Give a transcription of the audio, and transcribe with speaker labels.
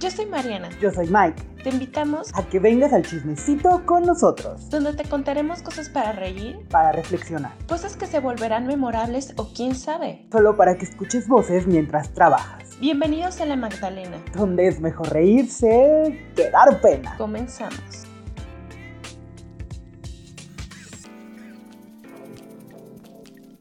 Speaker 1: Yo soy Mariana.
Speaker 2: Yo soy Mike.
Speaker 1: Te invitamos
Speaker 2: A que vengas al chismecito con nosotros.
Speaker 1: donde te contaremos cosas para reír,
Speaker 2: Para reflexionar.
Speaker 1: cosas que se volverán memorables o quién sabe.
Speaker 2: Solo para que escuches voces mientras trabajas.
Speaker 1: Bienvenidos a La Magdalena.
Speaker 2: Donde es mejor reírse que dar pena.
Speaker 1: Comenzamos.